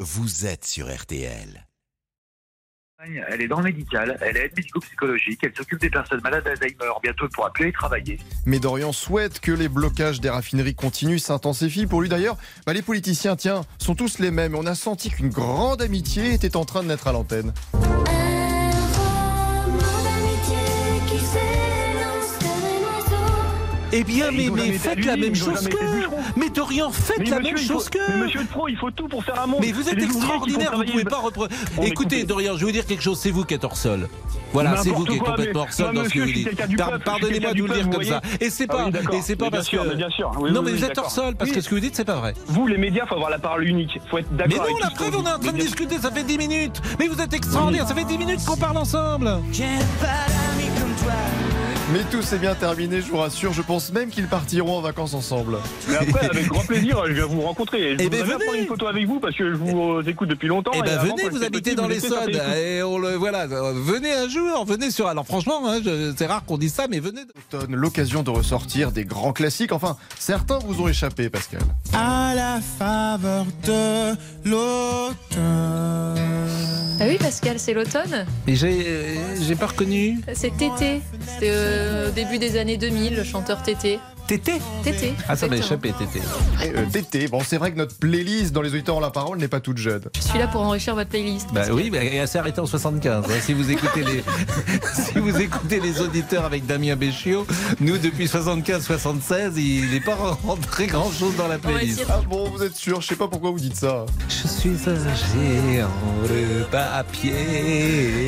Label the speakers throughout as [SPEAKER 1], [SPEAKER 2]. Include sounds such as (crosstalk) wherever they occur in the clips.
[SPEAKER 1] vous êtes sur RTL.
[SPEAKER 2] Elle est dans le médical, elle est aide médico-psychologique, elle s'occupe des personnes malades d'Alzheimer. Bientôt, elle pourra plus aller travailler.
[SPEAKER 3] Mais Dorian souhaite que les blocages des raffineries continuent, s'intensifient. Pour lui d'ailleurs, bah, les politiciens, tiens, sont tous les mêmes. On a senti qu'une grande amitié était en train de naître à l'antenne.
[SPEAKER 4] Eh bien,
[SPEAKER 2] Ils
[SPEAKER 4] mais,
[SPEAKER 2] ont
[SPEAKER 4] mais
[SPEAKER 2] jamais été
[SPEAKER 4] faites
[SPEAKER 2] à
[SPEAKER 4] la
[SPEAKER 2] l'usine,
[SPEAKER 4] même
[SPEAKER 2] ils ont
[SPEAKER 4] chose
[SPEAKER 2] jamais
[SPEAKER 4] que.
[SPEAKER 2] été bûcherons.
[SPEAKER 4] Mais Dorian, faites
[SPEAKER 2] Mais
[SPEAKER 4] la
[SPEAKER 2] monsieur,
[SPEAKER 4] même
[SPEAKER 2] il faut-
[SPEAKER 4] chose que.
[SPEAKER 2] Mais monsieur le pro, il faut tout pour faire un monde.
[SPEAKER 4] Mais vous
[SPEAKER 2] C'est
[SPEAKER 4] êtes
[SPEAKER 2] les ouvriers qui font
[SPEAKER 4] extraordinaire, vous
[SPEAKER 2] travailler
[SPEAKER 4] pouvez
[SPEAKER 2] le-
[SPEAKER 4] pas reprendre.
[SPEAKER 2] Bon,
[SPEAKER 4] Écoutez,
[SPEAKER 2] écoutez.
[SPEAKER 4] Dorian, je vais vous dire quelque chose, c'est vous qui êtes hors sol. Voilà, c'est vous
[SPEAKER 2] N'importe
[SPEAKER 4] qui êtes
[SPEAKER 2] quoi,
[SPEAKER 4] complètement
[SPEAKER 2] mais-
[SPEAKER 4] hors sol
[SPEAKER 2] moi,
[SPEAKER 4] dans ce que vous
[SPEAKER 2] monsieur, je suis
[SPEAKER 4] dites.
[SPEAKER 2] quelqu'un du
[SPEAKER 4] Par-
[SPEAKER 2] peuple, je suis
[SPEAKER 4] Pardonnez-moi de vous le
[SPEAKER 2] quelqu'un du
[SPEAKER 4] dire
[SPEAKER 2] peuple,
[SPEAKER 4] comme
[SPEAKER 2] vous
[SPEAKER 4] ça.
[SPEAKER 2] voyez
[SPEAKER 4] Et c'est
[SPEAKER 2] Ah
[SPEAKER 4] pas,
[SPEAKER 2] oui, d'accord.
[SPEAKER 4] et c'est pas
[SPEAKER 2] Mais bien
[SPEAKER 4] parce
[SPEAKER 2] sûr,
[SPEAKER 4] que.
[SPEAKER 2] mais bien sûr. Oui,
[SPEAKER 4] non,
[SPEAKER 2] oui,
[SPEAKER 4] mais
[SPEAKER 2] oui,
[SPEAKER 4] vous êtes hors
[SPEAKER 2] d'accord.
[SPEAKER 4] sol parce
[SPEAKER 2] Oui.
[SPEAKER 4] que ce que vous dites, c'est pas vrai.
[SPEAKER 2] Vous, les médias, faut avoir la parole unique. Faut être
[SPEAKER 4] Mais
[SPEAKER 2] d'accord.
[SPEAKER 4] non,
[SPEAKER 2] avec
[SPEAKER 4] la
[SPEAKER 2] tout ce qu'on
[SPEAKER 4] preuve, on est
[SPEAKER 2] dit.
[SPEAKER 4] en train de
[SPEAKER 2] Mais bien-
[SPEAKER 4] discuter, ça fait 10 minutes. Mais vous êtes extraordinaire, ça fait 10 minutes qu'on parle ensemble.
[SPEAKER 3] Mais tout s'est bien terminé, je vous rassure. Je pense même qu'ils partiront en vacances ensemble.
[SPEAKER 4] (laughs)
[SPEAKER 2] Mais après, avec grand plaisir, je viens vous rencontrer. Je
[SPEAKER 4] Eh ben,
[SPEAKER 2] voudrais bien
[SPEAKER 4] venez.
[SPEAKER 2] prendre une photo avec vous parce que je vous euh, écoute depuis longtemps.
[SPEAKER 4] Eh ben
[SPEAKER 2] avant,
[SPEAKER 4] venez,
[SPEAKER 2] quand
[SPEAKER 4] vous
[SPEAKER 2] j'étais
[SPEAKER 4] habitez
[SPEAKER 2] petit,
[SPEAKER 4] dans
[SPEAKER 2] vous
[SPEAKER 4] les
[SPEAKER 2] étiez sur
[SPEAKER 4] Sodes.
[SPEAKER 2] Téléfoot.
[SPEAKER 4] Et on le voilà, euh, venez un jour, venez sur. Alors franchement, hein, je- c'est rare qu'on dise ça, mais venez.
[SPEAKER 3] Automne, l'occasion de ressortir des grands classiques. Enfin, certains vous ont échappé, Pascal.
[SPEAKER 5] à la faveur de l'automne.
[SPEAKER 6] Ah oui, Pascal, c'est l'automne.
[SPEAKER 4] Mais j'ai, euh, j'ai pas reconnu.
[SPEAKER 6] C'est Tété. C'était euh, au début des années 2000, le chanteur Tété.
[SPEAKER 4] Tété.
[SPEAKER 6] Tété.
[SPEAKER 4] Ah ça m'a échappé,
[SPEAKER 6] exactement.
[SPEAKER 4] Tété.
[SPEAKER 3] Et, euh, Tété, bon, c'est vrai que notre playlist dans les auditeurs en la parole n'est pas toute jeune.
[SPEAKER 6] Je suis là pour enrichir votre playlist.
[SPEAKER 4] Bah oui, bah, elle s'est arrêtée en 75. hein. Si vous écoutez les, (laughs) si vous écoutez les auditeurs avec Damien Béchiot, nous depuis 75-76, il n'est pas rentré grand chose dans la
[SPEAKER 6] On va
[SPEAKER 4] playlist.
[SPEAKER 6] essayer-
[SPEAKER 3] Ah bon, vous êtes sûr Je sais pas pourquoi vous dites ça.
[SPEAKER 4] Je suis un géant de papier.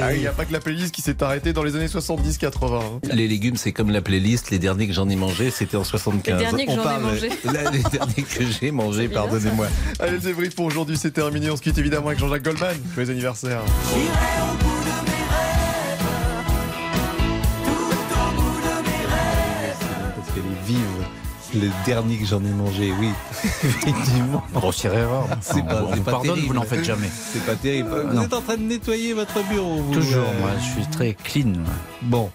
[SPEAKER 3] Ah, il n'y a pas que la playlist qui s'est arrêtée dans les années 70-80. hein.
[SPEAKER 4] Les légumes, c'est comme la playlist. Les derniers que j'en ai mangé, c'était en 75.
[SPEAKER 6] Les derniers que j'en ai mangé.
[SPEAKER 4] (laughs) Là, les derniers que j'ai mangé,
[SPEAKER 6] bien, ça.
[SPEAKER 4] pardonnez-moi.
[SPEAKER 3] Allez, le débrief pour aujourd'hui, c'est terminé. On se quitte évidemment avec Jean-Jacques Goldman. Joyeux anniversaire.
[SPEAKER 4] Parce qu'elle est vive. Le dernier que j'en ai mangé, oui. (laughs) Effectivement.
[SPEAKER 7] Grossière erreur.
[SPEAKER 4] C'est pas-
[SPEAKER 7] on
[SPEAKER 4] c'est
[SPEAKER 7] vous
[SPEAKER 4] pas
[SPEAKER 7] pardonne,
[SPEAKER 4] terrible.
[SPEAKER 7] vous n'en faites jamais.
[SPEAKER 4] C'est pas terrible.
[SPEAKER 7] Euh,
[SPEAKER 4] vous
[SPEAKER 7] non.
[SPEAKER 4] êtes en train de nettoyer votre bureau, vous.
[SPEAKER 7] Toujours,
[SPEAKER 4] euh,
[SPEAKER 7] moi, je suis très clean. moi.
[SPEAKER 4] Bon,